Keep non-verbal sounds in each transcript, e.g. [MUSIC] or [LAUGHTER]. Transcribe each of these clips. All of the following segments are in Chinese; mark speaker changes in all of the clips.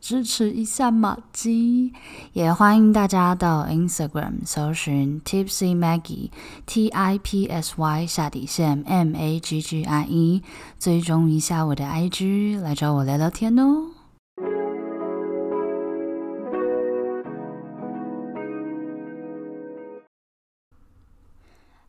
Speaker 1: 支持一下马基，也欢迎大家到 Instagram 搜寻 Tipsy Maggie T I P S Y 下底线 M A G G I E，追踪一下我的 IG 来找我聊聊天哦。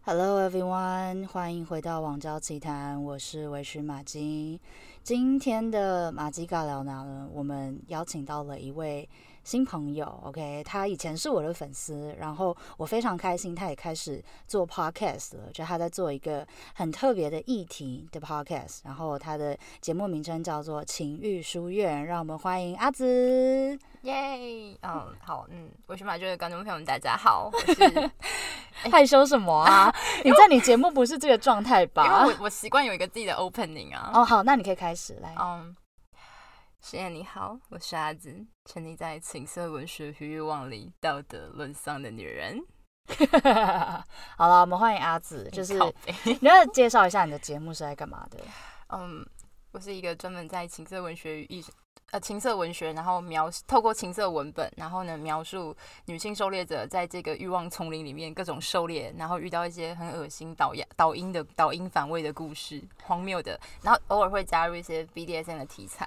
Speaker 1: Hello everyone，欢迎回到网交奇谈，我是维许马基。今天的马基尬聊呢，我们邀请到了一位新朋友，OK，他以前是我的粉丝，然后我非常开心，他也开始做 podcast 了，就他在做一个很特别的议题的 podcast，然后他的节目名称叫做《情欲书院》，让我们欢迎阿紫。 [LAUGHS]
Speaker 2: 耶，嗯，好，嗯，我是马俊的观众朋友们，大家好，我
Speaker 1: [LAUGHS]
Speaker 2: 是，因为哎
Speaker 1: 害羞什么啊？ [LAUGHS] 你在你节目不是这个状态吧？
Speaker 2: 我我习惯有一个自己的 opening 啊，
Speaker 1: 哦，好，那你可以开始来。
Speaker 2: 嗯，实验你好，我是阿紫，沉溺在情色文学与欲望里道德沦丧的女人，
Speaker 1: [LAUGHS] 好了，我们欢迎阿紫，就是
Speaker 2: 靠背
Speaker 1: 你要介绍一下你的节目是在干嘛的？
Speaker 2: 嗯，我是一个专门在情色文学与艺术。呃，情色文学，然后描透过情色文本，然后呢描述女性狩猎者在这个欲望丛林里面各种狩猎，然后遇到一些很恶心导呀导音的导音反胃的故事，荒谬的，然后偶尔会加入一些 BDSM 的题材。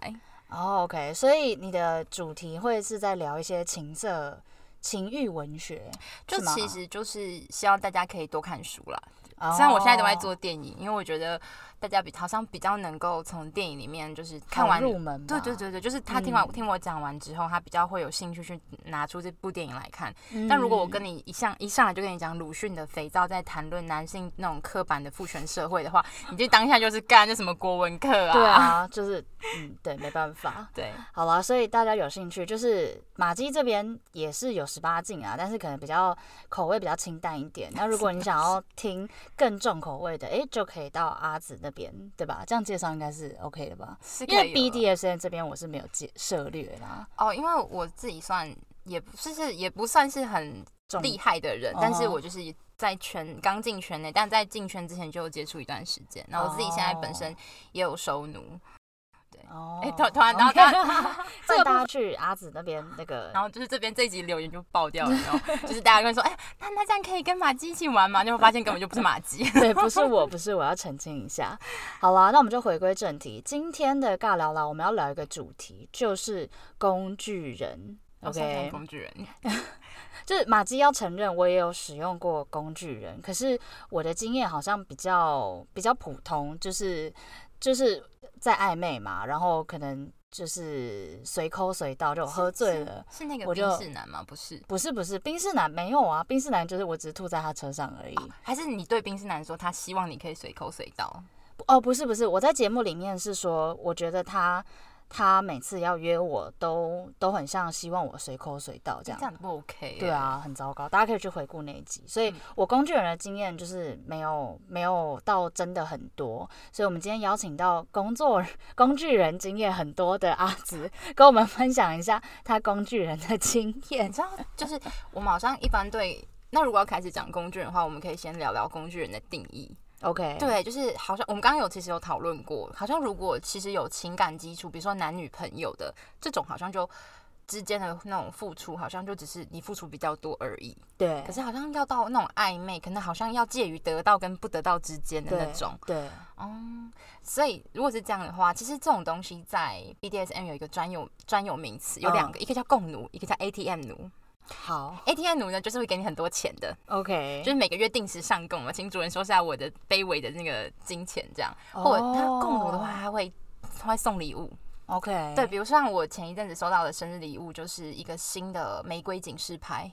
Speaker 1: 哦、o k 所以你的主题会是在聊一些情色、情欲文学，
Speaker 2: 就是
Speaker 1: 吗
Speaker 2: 其实就是希望大家可以多看书啦。
Speaker 1: 哦
Speaker 2: 虽然我现在都在做电影，因为我觉得大家比好像比较能够从电影里面就是看
Speaker 1: 好
Speaker 2: 完
Speaker 1: 入门吧，嗯
Speaker 2: 对对对对，就是他听完、听我讲完之后，他比较会有兴趣去拿出这部电影来看。
Speaker 1: 嗯。
Speaker 2: 但如果我跟你一上一上来就跟你讲鲁迅的《肥皂》在谈论男性那种刻板的父权社会的话，你就当下就是干这什么国文课啊？
Speaker 1: 对，啊，
Speaker 2: [LAUGHS]
Speaker 1: 就是嗯，对，没办法。
Speaker 2: 对，
Speaker 1: 好了，所以大家有兴趣，就是马基这边也是有十八禁啊，但是可能比较口味比较清淡一点。那如果你想要听更重口味的，诶，就可以到阿紫那边，对吧？这样介绍应该是 OK 的吧？
Speaker 2: 是可
Speaker 1: 因为
Speaker 2: 以有
Speaker 1: BDSN 这边我是没有介涉略啦，
Speaker 2: 哦，因为我自己算也不是是也不算是很
Speaker 1: 重
Speaker 2: 厉害的人
Speaker 1: 哦，
Speaker 2: 但是我就是在圈刚进圈内，但在进圈之前就有接触一段时间。然后我自己现在本身也有收奴，
Speaker 1: 哦，
Speaker 2: 哎、突突然，然后
Speaker 1: OK
Speaker 2: 突然，
Speaker 1: [LAUGHS] 欢迎大家去阿紫那边那个
Speaker 2: 然，后就是这边这一集留言就爆掉了，然后 [LAUGHS] 就是大家跟说，哎、那那这样可以跟马姬一起玩吗？就会发现根本就不是马姬。
Speaker 1: 对，不是我，不是我要澄清一下。好啦，那我们就回归正题，今天的尬聊啦，我们要聊一个主题，就是工具人。
Speaker 2: 我想
Speaker 1: [LAUGHS]
Speaker 2: 当
Speaker 1: OK，
Speaker 2: 工具人，
Speaker 1: 就是马基要承认，我也有使用过工具人，可是我的经验好像比较比较普通，就是就是在暧昧嘛，然后可能就是随抠随到，就我喝醉了。
Speaker 2: 是那个
Speaker 1: 我就
Speaker 2: 冰室男吗？不是，
Speaker 1: 不是不是，冰室男没有啊，冰室男就是我只是吐在他车上而已。
Speaker 2: 还是你对冰室男说，他希望你可以随口随到？
Speaker 1: 哦，不是不是，我在节目里面是说，我觉得他他每次要约我都都很像希望我随口随到这样。
Speaker 2: 这样不 OK？耶
Speaker 1: 对，啊，很糟糕，大家可以去回顾那一集。所
Speaker 2: 嗯
Speaker 1: 以我工具人的经验就是没有没有到真的很多，所以我们今天邀请到工作工具人经验很多的阿紫，跟我们分享一下他工具人的经验
Speaker 2: 你。知道，就是我们好像一般对。那如果要开始讲工具人的话，我们可以先聊聊工具人的定义。
Speaker 1: OK，，
Speaker 2: 对，就是好像我们刚刚有其实有讨论过，好像如果其实有情感基础，比如说男女朋友的这种，好像就之间的那种付出，好像就只是你付出比较多而已。
Speaker 1: 对，
Speaker 2: 可是好像要到那种暧昧，可能好像要介于得到跟不得到之间的那
Speaker 1: 对
Speaker 2: 种。
Speaker 1: 对，
Speaker 2: 嗯，所以如果是这样的话，其实这种东西在 BDSM 有一个专有专有名词，有两个，一个叫共奴，一个叫 ATM 奴。
Speaker 1: 好
Speaker 2: ATM 奴呢，就是会给你很多钱的，
Speaker 1: ，OK，
Speaker 2: 就是每个月定时上供嘛，请主人收下我的卑微的那个金钱，这样。或者他供奴的话，
Speaker 1: 哦
Speaker 2: 他会他会送礼物。
Speaker 1: ，OK，
Speaker 2: 对，比如像我前一阵子收到的生日礼物，就是一个新的玫瑰警示牌，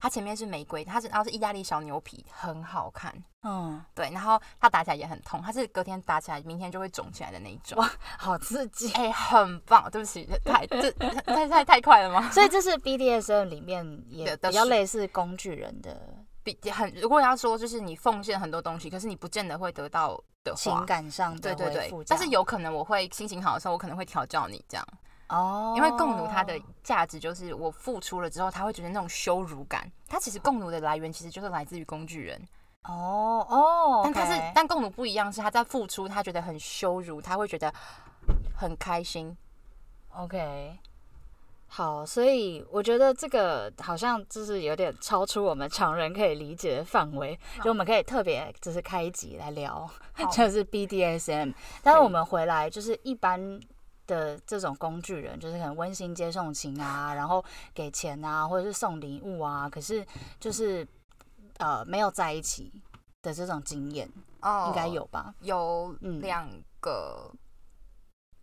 Speaker 2: 它前面是玫瑰，它是然后是意大利小牛皮，很好看。
Speaker 1: 嗯，
Speaker 2: 对，然后它打起来也很痛，它是隔天打起来，明天就会肿起来的那一种。
Speaker 1: 哇好刺激。
Speaker 2: 哎、很棒！对不起，太这太太太快了吗
Speaker 1: 所以这是 BDSM 里面也
Speaker 2: 的
Speaker 1: 比较
Speaker 2: 是
Speaker 1: 类似工具人的
Speaker 2: 比很，如果要说就是你奉献很多东西，可是你不见得会得到的话
Speaker 1: 情，感上的
Speaker 2: 对对
Speaker 1: 回
Speaker 2: 对
Speaker 1: 复，这
Speaker 2: 但
Speaker 1: 样
Speaker 2: 是有可能我会心情好的时候，我可能会调教你这样，
Speaker 1: 哦，
Speaker 2: 因为共奴它的价值就是我付出了之后，他会觉得那种羞辱感。它其实共奴的来源其实就是来自于工具人，
Speaker 1: 哦哦，
Speaker 2: 但他是
Speaker 1: OK
Speaker 2: 但共奴不一样，是他在付出，他觉得很羞辱，他会觉得很开心。
Speaker 1: OK，好，所以我觉得这个好像就是有点超出我们常人可以理解的范围，就我们可以特别就是开一集来聊， [LAUGHS] 就是 BDSM。但是我们回来就是一般的这种工具人，就是可能温馨接送情啊，然后给钱啊，或者是送礼物啊，可是就是呃没有在一起的这种经验，
Speaker 2: 哦
Speaker 1: 应该有吧？
Speaker 2: 有
Speaker 1: 嗯
Speaker 2: 两个，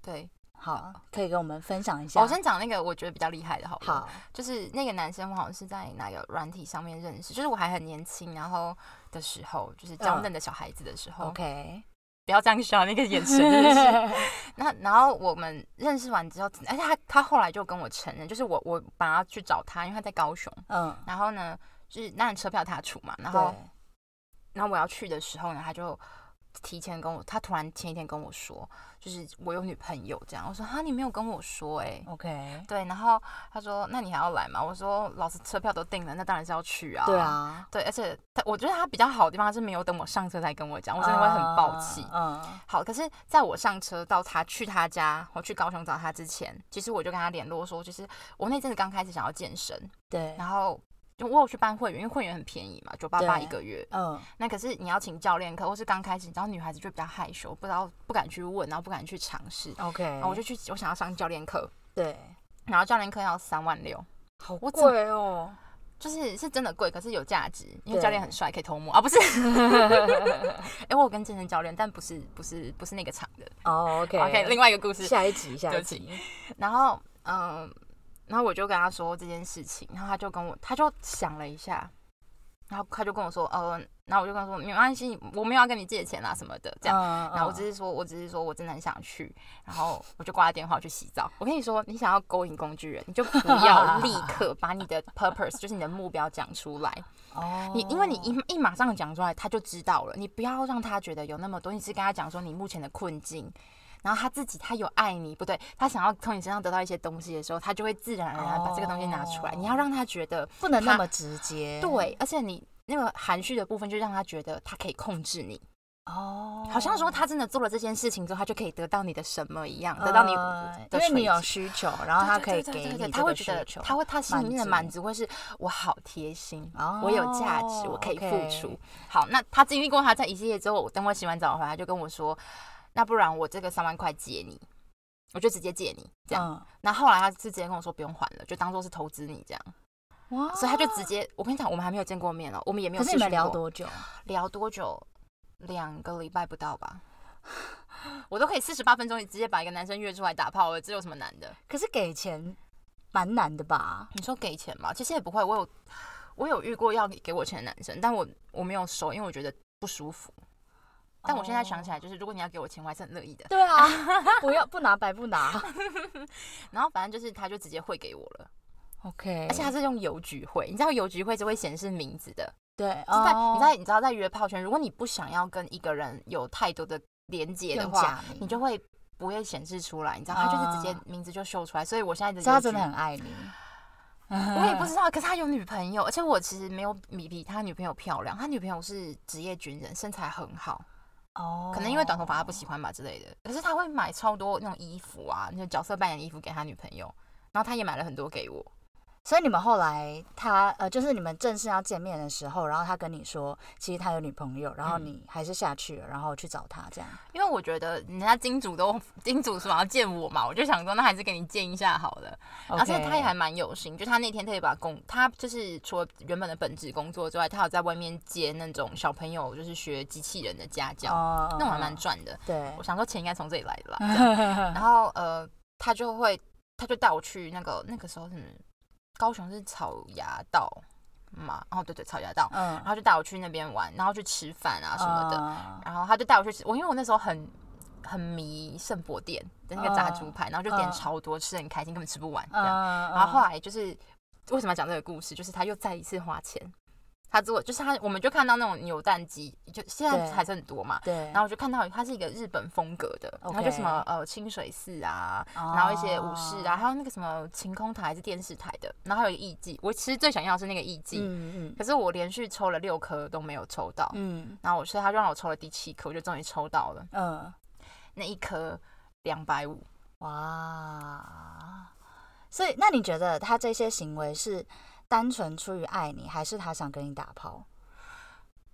Speaker 2: 对，哦
Speaker 1: 好，可以跟我们分享一下。
Speaker 2: 我先讲那个我觉得比较厉害的好了，
Speaker 1: 好，
Speaker 2: 就是那个男生，我好像是在哪个软体上面认识，就是我还很年轻，然后的时候，就是娇嫩的小孩子的时候
Speaker 1: 嗯 [LAUGHS] OK，
Speaker 2: 不要这样笑，那个眼神真的是。那然后我们认识完之后，而且他他后来就跟我承认，就是我我把他去找他，因为他在高雄，
Speaker 1: 嗯，
Speaker 2: 然后呢，就是那车票他出嘛，然后
Speaker 1: 对。
Speaker 2: 然后我要去的时候呢，他就提前跟我，他突然前一天跟我说，就是我有女朋友这样，我说哈你没有跟我说哎、
Speaker 1: OK，
Speaker 2: 对，然后他说：“那你还要来吗？”我说：“老师，车票都订了，那当然是要去啊。”
Speaker 1: 对，啊，
Speaker 2: 对，而且他我觉得他比较好的地方，他是没有等我上车才跟我讲，我真的会很暴气。
Speaker 1: 嗯，
Speaker 2: 好，可是在我上车到他去他家，我去高雄找他之前，其实我就跟他联络说，就是我那阵子刚开始想要健身，
Speaker 1: 对，
Speaker 2: 然后就我有去办会员，因为会员很便宜嘛，九八八
Speaker 1: 对
Speaker 2: 一个月。
Speaker 1: 嗯，
Speaker 2: 那可是你要请教练课，或是刚开始，你知道女孩子就比较害羞，不知道不敢去问，然后不敢去尝试。
Speaker 1: OK，
Speaker 2: 然后我就去，我想要上教练课，
Speaker 1: 对，
Speaker 2: 然后教练课要三万六。
Speaker 1: 好
Speaker 2: 我怎么
Speaker 1: 贵哦，
Speaker 2: 就是是真的贵，可是有价值，因为
Speaker 1: 对
Speaker 2: 教练很帅，可以偷摸啊，
Speaker 1: [LAUGHS]
Speaker 2: 不是？ [LAUGHS] 哎、我有跟健身教练，但不是不是不是那个厂的。
Speaker 1: 哦，OK，
Speaker 2: OK，另外一个故事。
Speaker 1: 下一集，下
Speaker 2: 对
Speaker 1: 一
Speaker 2: 不起
Speaker 1: 集，
Speaker 2: 然后嗯、然后我就跟他说这件事情，然后他就跟我，他就想了一下，然后他就跟我说，呃，然后我就跟他说没关系，我没有要跟你借钱啊什么的，这样。
Speaker 1: 样
Speaker 2: 然后我只是说，我只是说我真的很想去，然后我就挂了电话去洗澡。我跟你说，你想要勾引工具人，你就不要立刻把你的 purpose，就是你的目标讲出来。
Speaker 1: 哦，
Speaker 2: 你因为你一一马上讲出来，他就知道了。你不要让他觉得有那么多，你是跟他讲说你目前的困境，然后他自己他有爱你，不对，他想要从你身上得到一些东西的时候，他就会自然而然把这个东西拿出来。
Speaker 1: 哦
Speaker 2: 你要让他觉得
Speaker 1: 不能那
Speaker 2: 他
Speaker 1: 么直接，，
Speaker 2: 对，而且你那个含蓄的部分，就让他觉得他可以控制你，
Speaker 1: 哦，
Speaker 2: 好像说他真的做了这件事情之后，他就可以得到你的什么一样，得到你
Speaker 1: 呃因
Speaker 2: 的
Speaker 1: 为你
Speaker 2: 垂
Speaker 1: 有
Speaker 2: 直
Speaker 1: 需求，然后他可以
Speaker 2: 对对对
Speaker 1: 给
Speaker 2: 对对
Speaker 1: 你
Speaker 2: 他
Speaker 1: 这
Speaker 2: 会
Speaker 1: 个
Speaker 2: 觉
Speaker 1: 需
Speaker 2: 得
Speaker 1: 求，
Speaker 2: 他会他心里面的
Speaker 1: 满
Speaker 2: 满
Speaker 1: 足
Speaker 2: 足会是我好贴心，
Speaker 1: 哦
Speaker 2: 我有价值，我可以付
Speaker 1: OK
Speaker 2: 出。好，那他经历过他在一系列之后，我等我洗完澡回来，他就跟我说，那不然我这个三万块借你，我就直接借你这样。
Speaker 1: 样，
Speaker 2: 那、后来他是直接跟我说不用还了，就当做是投资你这样，
Speaker 1: 嗯哇
Speaker 2: 所以他就直接，我跟你讲，我们还没有见过面哦，我们也没有
Speaker 1: 哦可
Speaker 2: 视
Speaker 1: 是
Speaker 2: 讯
Speaker 1: 你
Speaker 2: 过，
Speaker 1: 们聊多久？
Speaker 2: 聊多久？两个礼拜不到吧。我都可以四十八分钟，直接把一个男生约出来打炮了，这有什么难的？
Speaker 1: 可是给钱蛮难的吧？
Speaker 2: 你说给钱吗？其实也不会，我有我有遇过要给我钱的男生，但我我没有收，因为我觉得不舒服。但我现在
Speaker 1: 哦
Speaker 2: 想起来，就是如果你要给我钱，我还是很乐意的。
Speaker 1: 对
Speaker 2: [LAUGHS]
Speaker 1: 啊，不要不拿白不拿
Speaker 2: 然后反正就是他就直接汇给我了，
Speaker 1: ，OK，
Speaker 2: 而且他是用邮局汇，你知道邮局汇是会显示名字的。
Speaker 1: 对，
Speaker 2: 是在
Speaker 1: 哦
Speaker 2: 你在你知道在约炮圈，如果你不想要跟一个人有太多的连接的
Speaker 1: 用
Speaker 2: 话
Speaker 1: 假，名
Speaker 2: 你就会不会显示出来，你知道他就是直接
Speaker 1: 啊
Speaker 2: 名字就秀出来，所以我现在的
Speaker 1: 所以他
Speaker 2: 邮
Speaker 1: 真
Speaker 2: 局
Speaker 1: 的很嗯爱你。
Speaker 2: [LAUGHS] 我也不知道，可是他有女朋友，而且我其实没有比比他女朋友漂亮，他女朋友是职业军人，身材很好，
Speaker 1: 哦，
Speaker 2: 可能因为短头发他不喜欢吧之类的。可是他会买超多那种衣服啊，那种角色扮演的衣服给他女朋友，然后他也买了很多给我。
Speaker 1: 所以你们后来他呃，就是你们正式要见面的时候，然后他跟你说，其实他有女朋友，然后
Speaker 2: 嗯
Speaker 1: 你还是下去了，然后去找他这样。
Speaker 2: 因为我觉得人家金主都金主说要见我嘛，我就想说那还是给你见一下好了。而且他也还蛮有心，就他那天特意把工，他就是除了原本的本职工作之外，他有在外面接那种小朋友就是学机器人的家教，
Speaker 1: 哦
Speaker 2: 那种还蛮赚的。
Speaker 1: 对
Speaker 2: 我，想说钱应该从这里来的啦。这样然后呃，他就会他就带我去那个那个时候是高雄是草芽道嘛，哦对对草芽道，
Speaker 1: 嗯
Speaker 2: 然后就带我去那边玩，然后去吃饭啊什么的。
Speaker 1: 的，
Speaker 2: 然后他就带我去吃，我因为我那时候很很迷圣博店的那个炸猪排，然后就点
Speaker 1: 嗯
Speaker 2: 超多，吃得很开心，根本吃不完这样。
Speaker 1: 嗯，
Speaker 2: 然后后来就是为什么要讲这个故事，就是他又再一次花钱。他做就是他，我们就看到那种扭蛋机，就现在
Speaker 1: 对
Speaker 2: 还是很多嘛。
Speaker 1: 对
Speaker 2: 然，后我就看到它是一个日本风格的，然后就
Speaker 1: OK
Speaker 2: 什么呃清水寺啊，
Speaker 1: 然
Speaker 2: 然后一些武
Speaker 1: 哦
Speaker 2: 士啊，，还有那个什么晴空台还是电视台的，然后还有一个艺伎。我其实最想要的是那个艺伎，
Speaker 1: 嗯嗯
Speaker 2: 可是我连续抽了六颗都没有抽到，
Speaker 1: 嗯
Speaker 2: 然后我所以他就让我抽了第七颗，我就终于抽到了
Speaker 1: 嗯，
Speaker 2: 那一颗两百五。
Speaker 1: 哇！所以，那你觉得他这些行为是单纯出于爱你，还是他想跟你打炮？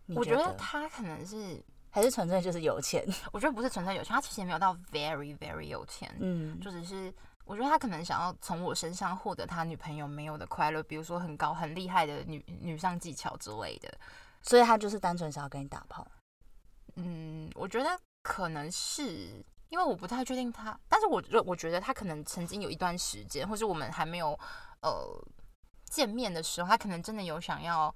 Speaker 1: 你
Speaker 2: 我
Speaker 1: 觉
Speaker 2: 觉得他可能是，
Speaker 1: 还是纯粹就是有钱。
Speaker 2: 我觉得不是纯粹有钱，他其实也没有到 very very 有钱，
Speaker 1: [LAUGHS] 嗯，
Speaker 2: 就只是我觉得他可能想要从我身上获得他女朋友没有的快乐，比如说很高很厉害的女女上技巧之类的。
Speaker 1: 所以他就是单纯想要跟你打炮。
Speaker 2: 嗯，我觉得可能是因为我不太确定他，但是我我觉得他可能曾经有一段时间，或是我们还没有呃见面的时候，他可能真的有想要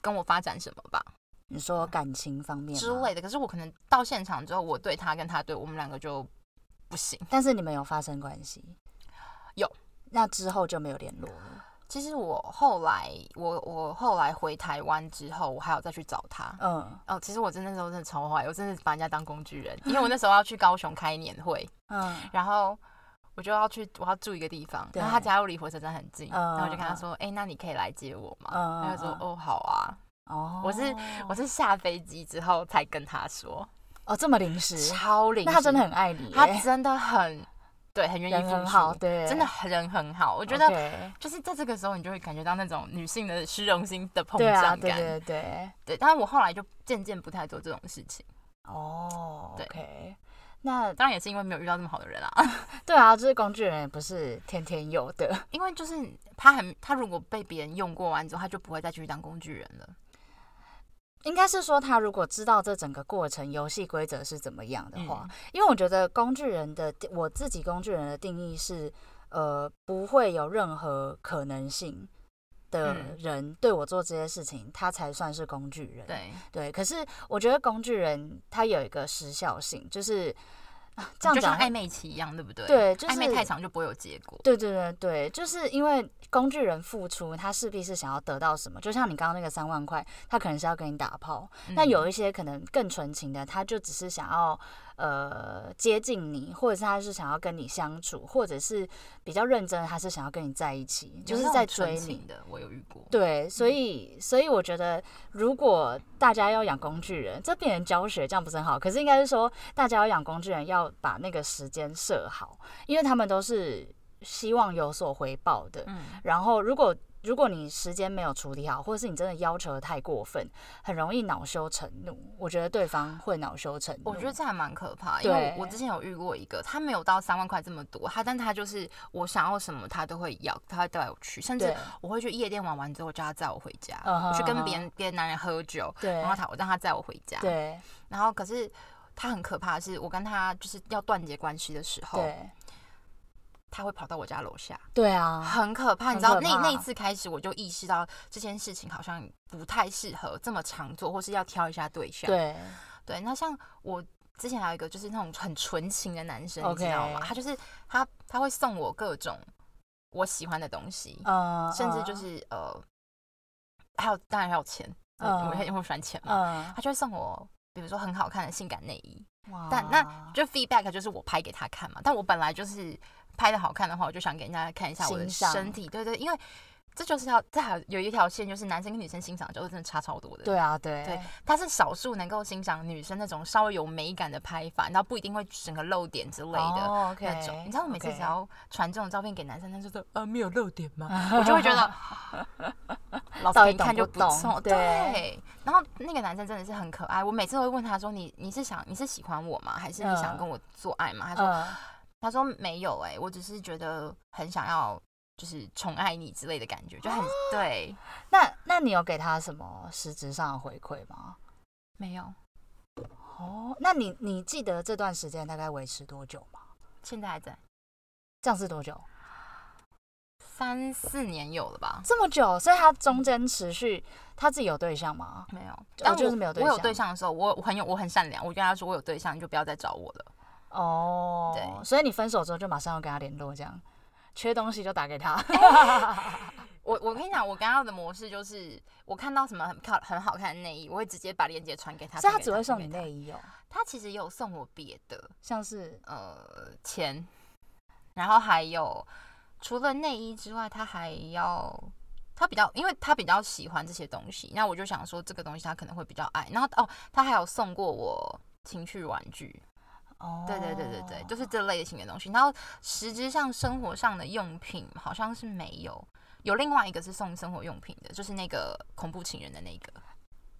Speaker 2: 跟我发展什么吧
Speaker 1: 你说感情方面吗
Speaker 2: 之，类的。可是我可能到现场之后，我对他跟他对我们两个就不行。
Speaker 1: 但是你们有发生关系？
Speaker 2: 有，
Speaker 1: 那之后就没有联络了。
Speaker 2: 其实我后来，我我后来回台湾之后，我还有再去找他。
Speaker 1: 嗯
Speaker 2: 哦，其实我真的那时候真的超坏，我真的把人家当工具人，因为我那时候要去高雄开年会，
Speaker 1: 嗯
Speaker 2: 然后我就要去，我要住一个地方，
Speaker 1: 对
Speaker 2: 然后他家又离火车站很近，
Speaker 1: 嗯
Speaker 2: 然后我就跟他
Speaker 1: 嗯
Speaker 2: 说，哎、那你可以来接我吗？
Speaker 1: 嗯
Speaker 2: 他就说，哦，好啊。
Speaker 1: 哦，
Speaker 2: 我是我是下飞机之后才跟他说，
Speaker 1: 哦这么临时，
Speaker 2: 超临时，
Speaker 1: 那他真的很爱你耶，
Speaker 2: 他真的很对，很愿意
Speaker 1: 人
Speaker 2: 付
Speaker 1: 很
Speaker 2: 出
Speaker 1: 好，对，哦
Speaker 2: 真的很人很好，我
Speaker 1: 我
Speaker 2: 觉得。就是在这个时候，你就会感觉到那种女性的虚荣心的膨
Speaker 1: 对啊，
Speaker 2: 胀
Speaker 1: 对
Speaker 2: 感。
Speaker 1: 对对，
Speaker 2: 对但是我后来就渐渐不太做这种事情，
Speaker 1: 哦
Speaker 2: 对
Speaker 1: ，OK，那
Speaker 2: 当然也是因为没有遇到这么好的人啊。 [LAUGHS]
Speaker 1: 对啊，就是工具人也不是天天有的，
Speaker 2: 因为就是他很，他如果被别人用过完之后，他就不会再继续当工具人了。
Speaker 1: 应该是说他如果知道这整个过程游戏规则是怎么样的
Speaker 2: 嗯
Speaker 1: 话，因为我觉得工具人的我自己工具人的定义是，呃，不会有任何可能性。的
Speaker 2: 嗯
Speaker 1: 人对我做这些事情，他才算是工具人。
Speaker 2: 对，
Speaker 1: 对，可是我觉得工具人他有一个时效性，就是啊这样
Speaker 2: 就
Speaker 1: 讲
Speaker 2: 像
Speaker 1: 会
Speaker 2: 暧昧期一样，对不对？
Speaker 1: 对就是
Speaker 2: 暧昧太长就不会有结果。
Speaker 1: 对对对对，就是因为工具人付出，他势必是想要得到什么。就像你刚刚那个三万块，他可能是要跟你打炮；那
Speaker 2: 嗯
Speaker 1: 有一些可能更纯情的，他就只是想要呃接近你，或者是他是想要跟你相处，或者是比较认真的，他是想要跟你在一起，就
Speaker 2: 有
Speaker 1: 是
Speaker 2: 那种
Speaker 1: 在
Speaker 2: 纯
Speaker 1: 追你
Speaker 2: 情。的，我有遇过。
Speaker 1: 对，所
Speaker 2: 嗯
Speaker 1: 以所以我觉得，如果大家要养工具人，这变成教学，这样不是很好。可是应该是说，大家要养工具人，要把那个时间设好，因为他们都是希望有所回报的。
Speaker 2: 嗯，
Speaker 1: 然后如果如果你时间没有处理好，或者是你真的要求的太过分，很容易恼羞成怒。我觉得对方会恼羞成怒。
Speaker 2: 我觉得这还蛮可怕，因为
Speaker 1: 对
Speaker 2: 我我之前有遇过一个，他没有到三万块这么多，他但他就是我想要什么他都会要，他会带我去，甚至
Speaker 1: 对
Speaker 2: 我会去夜店玩完之后叫他载我回家，
Speaker 1: 嗯哼
Speaker 2: 我去
Speaker 1: 嗯
Speaker 2: 跟
Speaker 1: 哼
Speaker 2: 别人别的男人喝酒，
Speaker 1: 对
Speaker 2: 然后他我让他载我回家，
Speaker 1: 对
Speaker 2: 然后可是他很可怕的是，我跟他就是要断绝关系的时候，
Speaker 1: 对
Speaker 2: 他会跑到我家楼下，
Speaker 1: 对啊，
Speaker 2: 很可怕。
Speaker 1: 很
Speaker 2: 你知道
Speaker 1: 可
Speaker 2: 那那一
Speaker 1: 怕
Speaker 2: 次开始，我就意识到这件事情好像不太适合这么常做，或是要挑一下对象。
Speaker 1: 对
Speaker 2: 对那像我。之前还有一个就是那种很纯情的男生
Speaker 1: OK
Speaker 2: 你知道吗？他就是他他会送我各种我喜欢的东西，
Speaker 1: 嗯，
Speaker 2: 甚至就是呃，还有当然还有钱，我
Speaker 1: 嗯
Speaker 2: 我很我很喜欢钱嘛，
Speaker 1: 嗯，
Speaker 2: 他就会送我比如说很好看的性感内衣，
Speaker 1: 哇
Speaker 2: 但那就 feedback 就是我拍给他看嘛，但我本来就是拍的好看的话，我就想给人家看一下我的
Speaker 1: 欣赏
Speaker 2: 身体，对对，因为这就是要这还有有一条线，就是男生跟女生欣赏的角度真的差超多的。，
Speaker 1: 对啊，对
Speaker 2: 对他是少数能够欣赏女生那种稍微有美感的拍法，然后不一定会整个露点之类的。
Speaker 1: 哦、
Speaker 2: 那种你知道我每次只要传这种照片给男生，他就说呃没有露点吗？
Speaker 1: 我
Speaker 2: [LAUGHS] 我就会觉得，
Speaker 1: [LAUGHS]
Speaker 2: 老
Speaker 1: 到
Speaker 2: 师
Speaker 1: 底
Speaker 2: 一看就
Speaker 1: 懂不懂
Speaker 2: 错，
Speaker 1: 对
Speaker 2: 对。然后那个男生真的是很可爱，我每次都会问他说：“你你是想你是喜欢我吗？还是你
Speaker 1: 嗯
Speaker 2: 想跟我做爱吗？”他说：“
Speaker 1: 嗯
Speaker 2: 他说没有哎、我只是觉得很想要就是宠爱你之类的感觉，就
Speaker 1: 哦
Speaker 2: 很对，
Speaker 1: 那那你有给他什么实质上的回馈吗？
Speaker 2: 没有，
Speaker 1: 哦，那你你记得这段时间大概维持多久吗？
Speaker 2: 现在还在
Speaker 1: 这样是多久？
Speaker 2: 三四年有了吧。”
Speaker 1: 这么久，所以他中间持续他自己有对象吗？
Speaker 2: 没有，
Speaker 1: 哦就
Speaker 2: 但我
Speaker 1: 就是没有对
Speaker 2: 我有
Speaker 1: 象
Speaker 2: 对象的时候，我我很有我很善良，我跟他说我有对象，你就不要再找我了。
Speaker 1: 哦，
Speaker 2: 对
Speaker 1: [LAUGHS]
Speaker 2: 哎
Speaker 1: 所以你分手之后就马上要跟他联络，这样缺东西就打给他。
Speaker 2: 我我跟你讲，我刚刚的模式就是，我看到什么很漂很好看的内衣，我会直接把链接传给他。
Speaker 1: 所以
Speaker 2: 传
Speaker 1: 他
Speaker 2: 给
Speaker 1: 只会送你
Speaker 2: 传给他
Speaker 1: 内衣哦，
Speaker 2: 他其实也有送我别的，
Speaker 1: 像是
Speaker 2: 呃，钱，然后还有除了内衣之外，他还要他比较，因为他比较喜欢这些东西，那我就想说这个东西他可能会比较爱。然后哦，他还有送过我情趣玩具，
Speaker 1: 哦，
Speaker 2: 对对对对对，就是这类型的东西。然后实质上生活上的用品好像是没有。有另外一个是送生活用品的，就是那个恐怖情人的那个，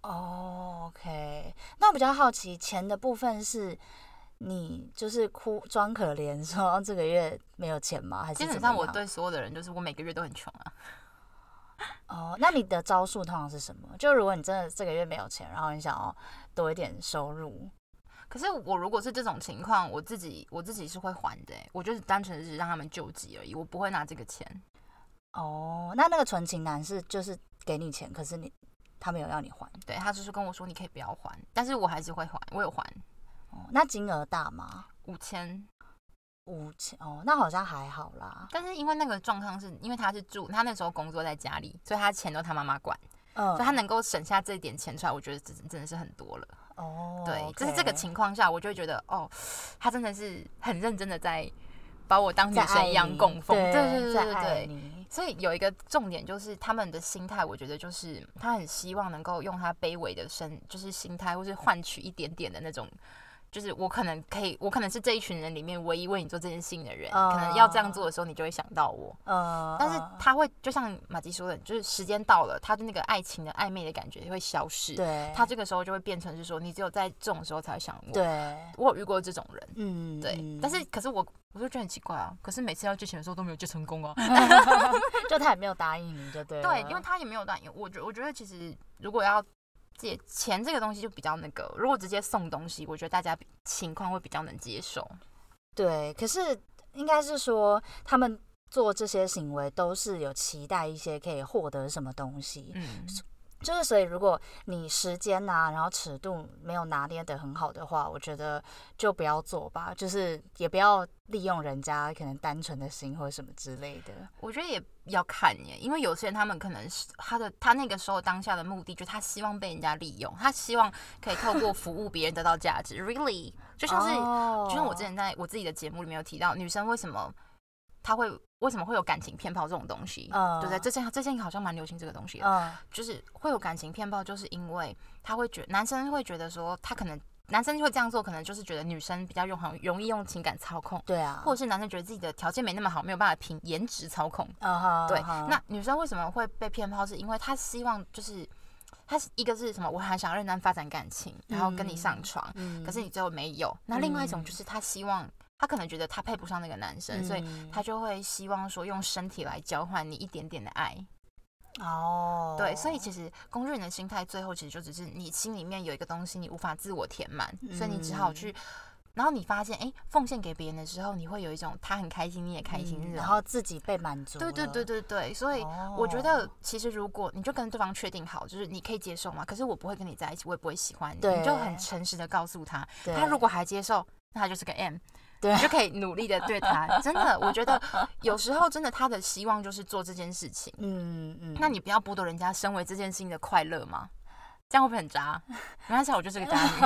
Speaker 1: 哦，OK。那我比较好奇钱的部分是。你就是哭装可怜，说这个月没有钱吗？还是
Speaker 2: 基本
Speaker 1: 怎么
Speaker 2: 上我
Speaker 1: 样
Speaker 2: 对所有的人，就是我每个月都很穷啊。
Speaker 1: 哦，那你的招数通常是什么？就如果你真的这个月没有钱，然后你想要多一点收入，
Speaker 2: 可是我如果是这种情况，我自己我自己是会还的欸、我就是单纯是让他们救济而已，我不会拿这个钱。
Speaker 1: 哦，那那个纯情男是就是给你钱，可是你他没有要你还，
Speaker 2: 对他就是跟我说你可以不要还，但是我还是会还，我有还
Speaker 1: 哦，那金额大吗？
Speaker 2: 五千。
Speaker 1: 五千哦，那好像还好啦。
Speaker 2: 但是因为那个状况是因为他是住，他那时候工作在家里，所以他钱都他妈妈管，
Speaker 1: 嗯
Speaker 2: 所以他能够省下这一点钱出来，我觉得真真的是很多了。
Speaker 1: 哦，
Speaker 2: 对，
Speaker 1: OK
Speaker 2: 就是这个情况下，我就会觉得哦，他真的是很认真的在把我当女
Speaker 1: 在爱
Speaker 2: 神一样
Speaker 1: 你
Speaker 2: 供奉。
Speaker 1: 对
Speaker 2: 对对对
Speaker 1: 在
Speaker 2: 对
Speaker 1: 爱
Speaker 2: 对。
Speaker 1: 你
Speaker 2: 所以有一个重点就是他们的心态，我觉得就是他很希望能够用他卑微的身，就是心态，或是换取一点点的那种，就是我可能可以，我可能是这一群人里面唯一为你做这件事情的人，
Speaker 1: 啊
Speaker 2: 可能要这样做的时候，你就会想到我。
Speaker 1: 呃，
Speaker 2: 但是
Speaker 1: 呃
Speaker 2: 他会就像马吉说的，就是时间到了，他的那个爱情的暧昧的感觉会消失。
Speaker 1: 对
Speaker 2: 他这个时候就会变成是说，你只有在这种时候才会想我。
Speaker 1: 对，
Speaker 2: 我有遇过这种人，
Speaker 1: 嗯，
Speaker 2: 对。
Speaker 1: 嗯
Speaker 2: 但是可是我我就觉得很奇怪啊，可是每次要借钱的时候都没有借成功啊。
Speaker 1: 嗯
Speaker 2: [LAUGHS]
Speaker 1: 就他也没有答应你，就对啊了，
Speaker 2: 对，因为他也没有断，我觉我觉得其实如果要借钱这个东西就比较那个，如果直接送东西，我觉得大家比情况会比较能接受。
Speaker 1: 对，可是应该是说他们做这些行为都是有期待一些可以获得什么东西，
Speaker 2: 嗯，
Speaker 1: 就是所以，如果你时间呐、然后尺度没有拿捏得很好的话，我觉得就不要做吧，就是也不要利用人家可能单纯的心或者什么之类的。
Speaker 2: 我觉得也要看耶，因为有些人他们可能是他的他那个时候当下的目的，就是他希望被人家利用，他希望可以透过服务别人得到价值。Really，
Speaker 1: 就
Speaker 2: 就 [LAUGHS] 像是、
Speaker 1: 哦、
Speaker 2: 就像我之前在我自己的节目里面有提到，女生为什么。她会为什么会有感情骗炮这种东西？
Speaker 1: 嗯
Speaker 2: 对不对？最近最近好像蛮流行这个东西的。
Speaker 1: 嗯
Speaker 2: 就是会有感情骗炮，就是因为他会觉男生会觉得说他可能男生会这样做，可能就是觉得女生比较用很容易用情感操控，
Speaker 1: 对啊，
Speaker 2: 或者是男生觉得自己的条件没那么好，没有办法凭颜值操控。
Speaker 1: 嗯哼
Speaker 2: 对，
Speaker 1: 嗯哼
Speaker 2: 那女生为什么会被骗炮？是因为她希望就是她是一个是什么？我很想要认真发展感情，然后跟你上床，
Speaker 1: 嗯
Speaker 2: 可是你最后没有。那另外一种
Speaker 1: 嗯
Speaker 2: 就是她希望。她可能觉得她配不上那个男生，所以
Speaker 1: 嗯
Speaker 2: 她就会希望说用身体来交换你一点点的爱。
Speaker 1: 哦，
Speaker 2: 对，所以其实工具人的心态最后其实就只是你心里面有一个东西，你无法自我填满，所以你只好
Speaker 1: 嗯
Speaker 2: 去。然后你发现，哎，奉献给别人的时候，你会有一种他很开心，你也开心
Speaker 1: 嗯
Speaker 2: 那
Speaker 1: 然
Speaker 2: 种。
Speaker 1: 后自己被满足了，
Speaker 2: 对对对对对，所以
Speaker 1: 哦，
Speaker 2: 我觉得其实如果你就跟对方确定好，就是你可以接受吗？可是我不会跟你在一起，我也不会喜欢你，你就
Speaker 1: 对
Speaker 2: 很诚实的告诉他。
Speaker 1: 对
Speaker 2: 他如果还接受，那他就是个 M，
Speaker 1: 对
Speaker 2: 你就可以努力的对他。真的，我觉得有时候真的他的希望就是做这件事情。
Speaker 1: 嗯嗯，
Speaker 2: [LAUGHS] 那你不要剥夺人家身为这件事情的快乐吗？这样会不会很渣？没关系啊，我就是个
Speaker 1: [LAUGHS]
Speaker 2: 渣女。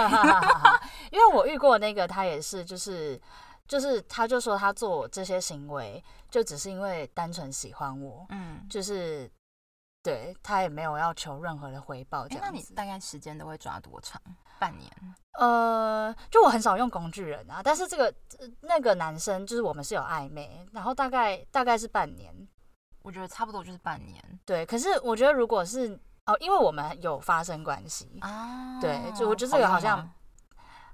Speaker 1: 因为我遇过那个，他也是，就是就是，他就说他做这些行为，就只是因为单纯喜欢我，
Speaker 2: 嗯，
Speaker 1: 就是对他也没有要求任何的回报这
Speaker 2: 哎、
Speaker 1: 样
Speaker 2: 那
Speaker 1: 子。
Speaker 2: 你大概时间都会抓多长？半年？
Speaker 1: 呃，就我很少用工具人啊，但是这个呃那个男生就是我们是有暧昧，然后大概大概是半年，
Speaker 2: 我觉得差不多就是半年
Speaker 1: 对。可是我觉得如果是哦，因为我们有发生关系，
Speaker 2: 啊
Speaker 1: 对就我觉得这个好像
Speaker 2: 用吗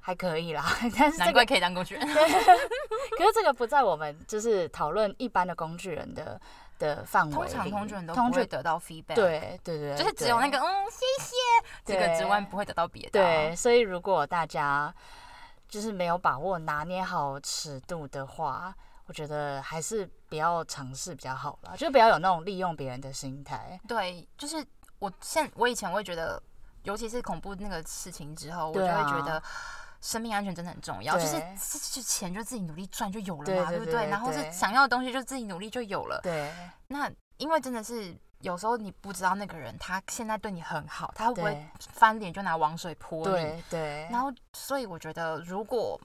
Speaker 1: 还可以啦，但是这
Speaker 2: 难
Speaker 1: 个嗯
Speaker 2: 怪可以当工具人。
Speaker 1: 可是这个不在我们就是讨论一般的工具人的的范围
Speaker 2: 通
Speaker 1: 里，
Speaker 2: 常工具人都
Speaker 1: 通
Speaker 2: 不
Speaker 1: 具
Speaker 2: 会得到 feedback，，
Speaker 1: 对对对，
Speaker 2: 就是只有那
Speaker 1: 对
Speaker 2: 个嗯谢谢这个之外，不会得到别的、啊
Speaker 1: 对，，所以如果大家就是没有把握拿捏好尺度的话，我觉得还是不要尝试比较好啦，就不要有那种利用别人的心态。
Speaker 2: 对，就是我现我以前会觉得，尤其是恐怖那个事情之后，我就
Speaker 1: 对
Speaker 2: 会
Speaker 1: 啊
Speaker 2: 觉得生命安全真的很重要，就是
Speaker 1: 对
Speaker 2: 是是钱就自己努力赚就有了
Speaker 1: 对
Speaker 2: 嘛，
Speaker 1: 对
Speaker 2: 不
Speaker 1: 对
Speaker 2: 对？然后
Speaker 1: 对
Speaker 2: 是想要的东西就自己努力就有了。
Speaker 1: 对，
Speaker 2: 那因为真的是有时候你不知道那个人他现在对你很好，他会不会
Speaker 1: 对
Speaker 2: 翻脸就拿王水泼你？
Speaker 1: 对对，
Speaker 2: 然后，所以我觉得，如果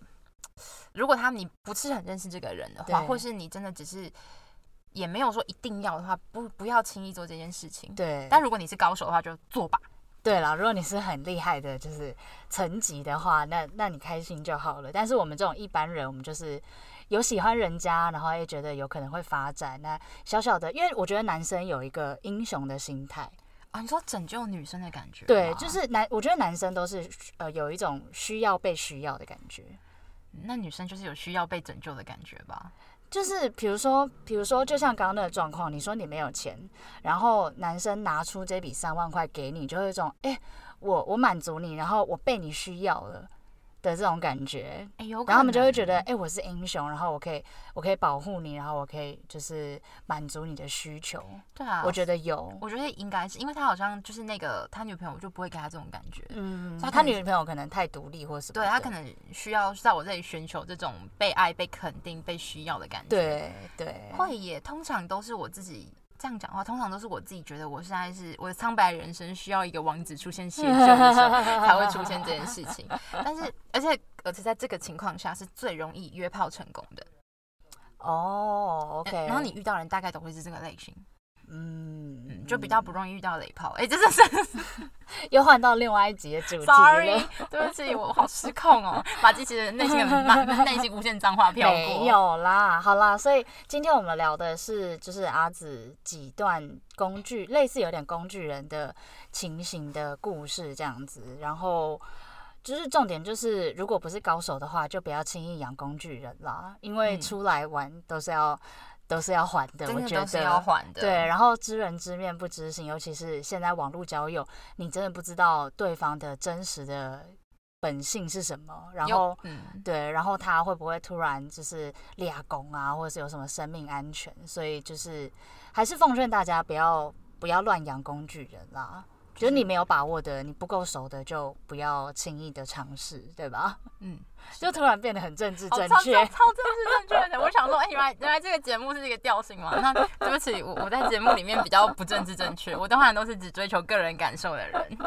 Speaker 2: 如果他你不是很认识这个人的话，
Speaker 1: 对
Speaker 2: 或是你真的只是也没有说一定要的话，不不要轻易做这件事情。
Speaker 1: 对，
Speaker 2: 但如果你是高手的话，就做吧。
Speaker 1: 对啦，如果你是很厉害的，就是层级的话，那那你开心就好了。但是我们这种一般人，我们就是有喜欢人家，然后也觉得有可能会发展。那小小的，因为我觉得男生有一个英雄的心态，
Speaker 2: 啊，你说拯救女生的感觉吗，
Speaker 1: 对，就是男，我觉得男生都是呃有一种需要被需要的感觉。
Speaker 2: 那女生就是有需要被拯救的感觉吧？
Speaker 1: 就是比如说，比如说，就像刚刚那个状况，你说你没有钱，然后男生拿出这笔三万块给你，就会有一种哎、诶我我满足你，然后我被你需要了的这种感觉。
Speaker 2: 哎、有可能，
Speaker 1: 然后他们就会觉得，哎、我是英雄，然后我可以，我可以保护你，然后我可以就是满足你的需求。
Speaker 2: 对啊，
Speaker 1: 我觉得有，
Speaker 2: 我觉得应该是因为他好像就是那个他女朋友就不会给他这种感觉，
Speaker 1: 嗯，
Speaker 2: 他
Speaker 1: 他
Speaker 2: 可能
Speaker 1: 女朋友可能太独立或什么的，
Speaker 2: 对他可能需要在我这里寻求这种被爱、被肯定、被需要的感觉。，
Speaker 1: 对对，
Speaker 2: 会耶，通常都是我自己这样讲话，通常都是我自己觉得我现在是我的苍白人生需要一个王子出现协助的
Speaker 1: [LAUGHS]
Speaker 2: 时候才会出现这件事情，但是而且而且在这个情况下是最容易约炮成功的。
Speaker 1: 哦，OK，
Speaker 2: 然后你遇到人大概都会是这个类型，
Speaker 1: 嗯
Speaker 2: 嗯，就比较不容易遇到雷炮。哎、这这是
Speaker 1: 嗯又换到另外一集的主题
Speaker 2: sorry， [LAUGHS]
Speaker 1: 了，
Speaker 2: 对不起，我好失控哦。马季其实内心很满，内心无限脏
Speaker 1: [LAUGHS]
Speaker 2: 话飘过。
Speaker 1: 没有啦，好啦，所以今天我们聊的是就是阿紫几段工具，类似有点工具人的情形的故事这样子，然后。就是重点就是，如果不是高手的话，就不要轻易养工具人啦，因为
Speaker 2: 嗯
Speaker 1: 出来玩都是要、都是要还的，我
Speaker 2: 真的
Speaker 1: 觉
Speaker 2: 都是要
Speaker 1: 得。
Speaker 2: 还的。
Speaker 1: 对，，然后知人知面不知心，尤其是现在网络交友，你真的不知道对方的真实的本性是什么，然后
Speaker 2: 有嗯，
Speaker 1: 对，然后他会不会突然就是立功啊，或者是有什么生命安全？所以就是还是奉劝大家不要不要乱养工具人啦。就是你没有把握的，你不够熟的，就不要轻易的尝试，对吧？ [LAUGHS]
Speaker 2: 嗯，
Speaker 1: 就突然变得很政治
Speaker 2: 哦
Speaker 1: 正
Speaker 2: 超
Speaker 1: 确，
Speaker 2: 超超正是正确的。我想说，哎、原来原来这个节目是这个调性嘛？那对不起，我我在节目里面比较不政治正确，我当然都是只追求个人感受的人。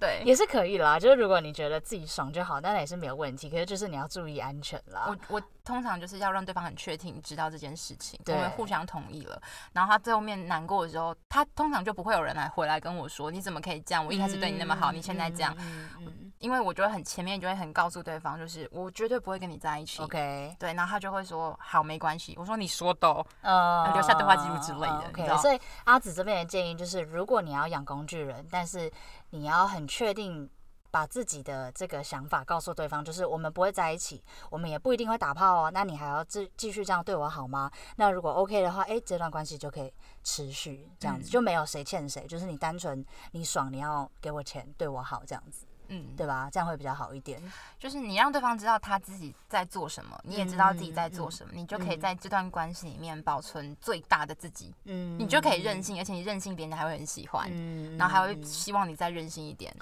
Speaker 2: 对，
Speaker 1: [LAUGHS] 也是可以啦。就是如果你觉得自己爽就好，那也是没有问题。可是就是你要注意安全啦
Speaker 2: 我。我通常就是要让对方很确定知道这件事情，我
Speaker 1: 对
Speaker 2: 们互相同意了。然后他最后面难过的时候，他通常就不会有人来回来跟我说你怎么可以这样？我一开始对你那么好，
Speaker 1: 嗯
Speaker 2: 你现在这样，，
Speaker 1: 嗯嗯嗯
Speaker 2: 因为我就会很前面就会很告诉对方，就是我绝对不会跟你在一起。
Speaker 1: ，OK，
Speaker 2: 对，然后他就会说好，没关系。我说你说的、哦，
Speaker 1: 呃哦
Speaker 2: 留下对话记录之类的你知
Speaker 1: OK，
Speaker 2: 道
Speaker 1: 所以阿紫这边的建议就是，如果你要养工具人，但是你要很确定。把自己的这个想法告诉对方，就是我们不会在一起，我们也不一定会打炮哦。那你还要继继续这样对我好吗？那如果 OK 的话，诶，这段关系就可以持续这样子，
Speaker 2: 嗯
Speaker 1: 就没有谁欠谁，就是你单纯你爽，你要给我钱，对我好这样子，
Speaker 2: 嗯，
Speaker 1: 对吧？这样会比较好一点。
Speaker 2: 就是你让对方知道他自己在做什么，你也知道自己在做什么，你就可以
Speaker 1: 嗯
Speaker 2: 在这段关系里面保存最大的自己，
Speaker 1: 嗯，
Speaker 2: 你就可以任性，而且你任性，别人还会很喜欢，
Speaker 1: 嗯，嗯
Speaker 2: 然后
Speaker 1: 嗯
Speaker 2: 还会希望你再任性一点。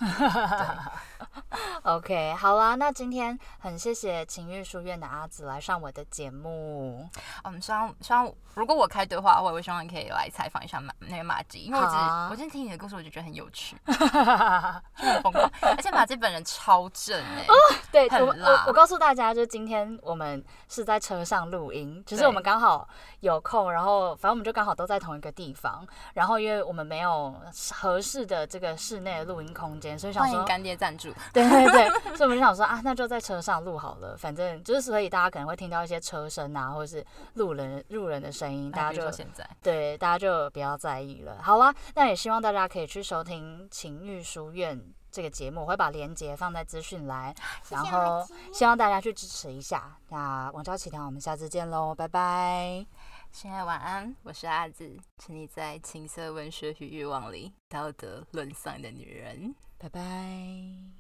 Speaker 1: OK，好啦，那今天很谢谢情欲书院的阿紫来上我的节目。
Speaker 2: 嗯，希望希望如果我开对话会，我也希望你可以来采访一下马那个马吉，因为我只
Speaker 1: 好啊
Speaker 2: 我今天听你的故事，我就觉得很有趣， [LAUGHS] 就很疯狂，而且马吉本人超正哎、
Speaker 1: 哦对，
Speaker 2: 很
Speaker 1: 我们
Speaker 2: 辣
Speaker 1: 我我告诉大家，就今天我们是在车上录音，就是
Speaker 2: 对
Speaker 1: 我们刚好有空，然后反正我们就刚好都在同一个地方，然后因为我们没有合适的这个室内的录音空间，所以想
Speaker 2: 欢
Speaker 1: 说
Speaker 2: 迎，干爹赞助，
Speaker 1: [LAUGHS] 对对对，所以我们就想说啊，那就在车上录好了，反正就是所以大家可能会听到一些车声啊，或者是路人路人的声音，大
Speaker 2: 那
Speaker 1: 家
Speaker 2: 哎比如
Speaker 1: 就
Speaker 2: 说现在，
Speaker 1: 对，大家就不要在意了。好啦，那也希望大家可以去收听《情欲书院》这个节目，我会把链接放在资讯栏，然后希望大家去支持一下。那王昭奇堂，我们下次见喽，拜拜。
Speaker 2: 现在晚安，我是阿紫，沉溺在情色文学与欲望里，道德沦丧的女人。
Speaker 1: 拜拜。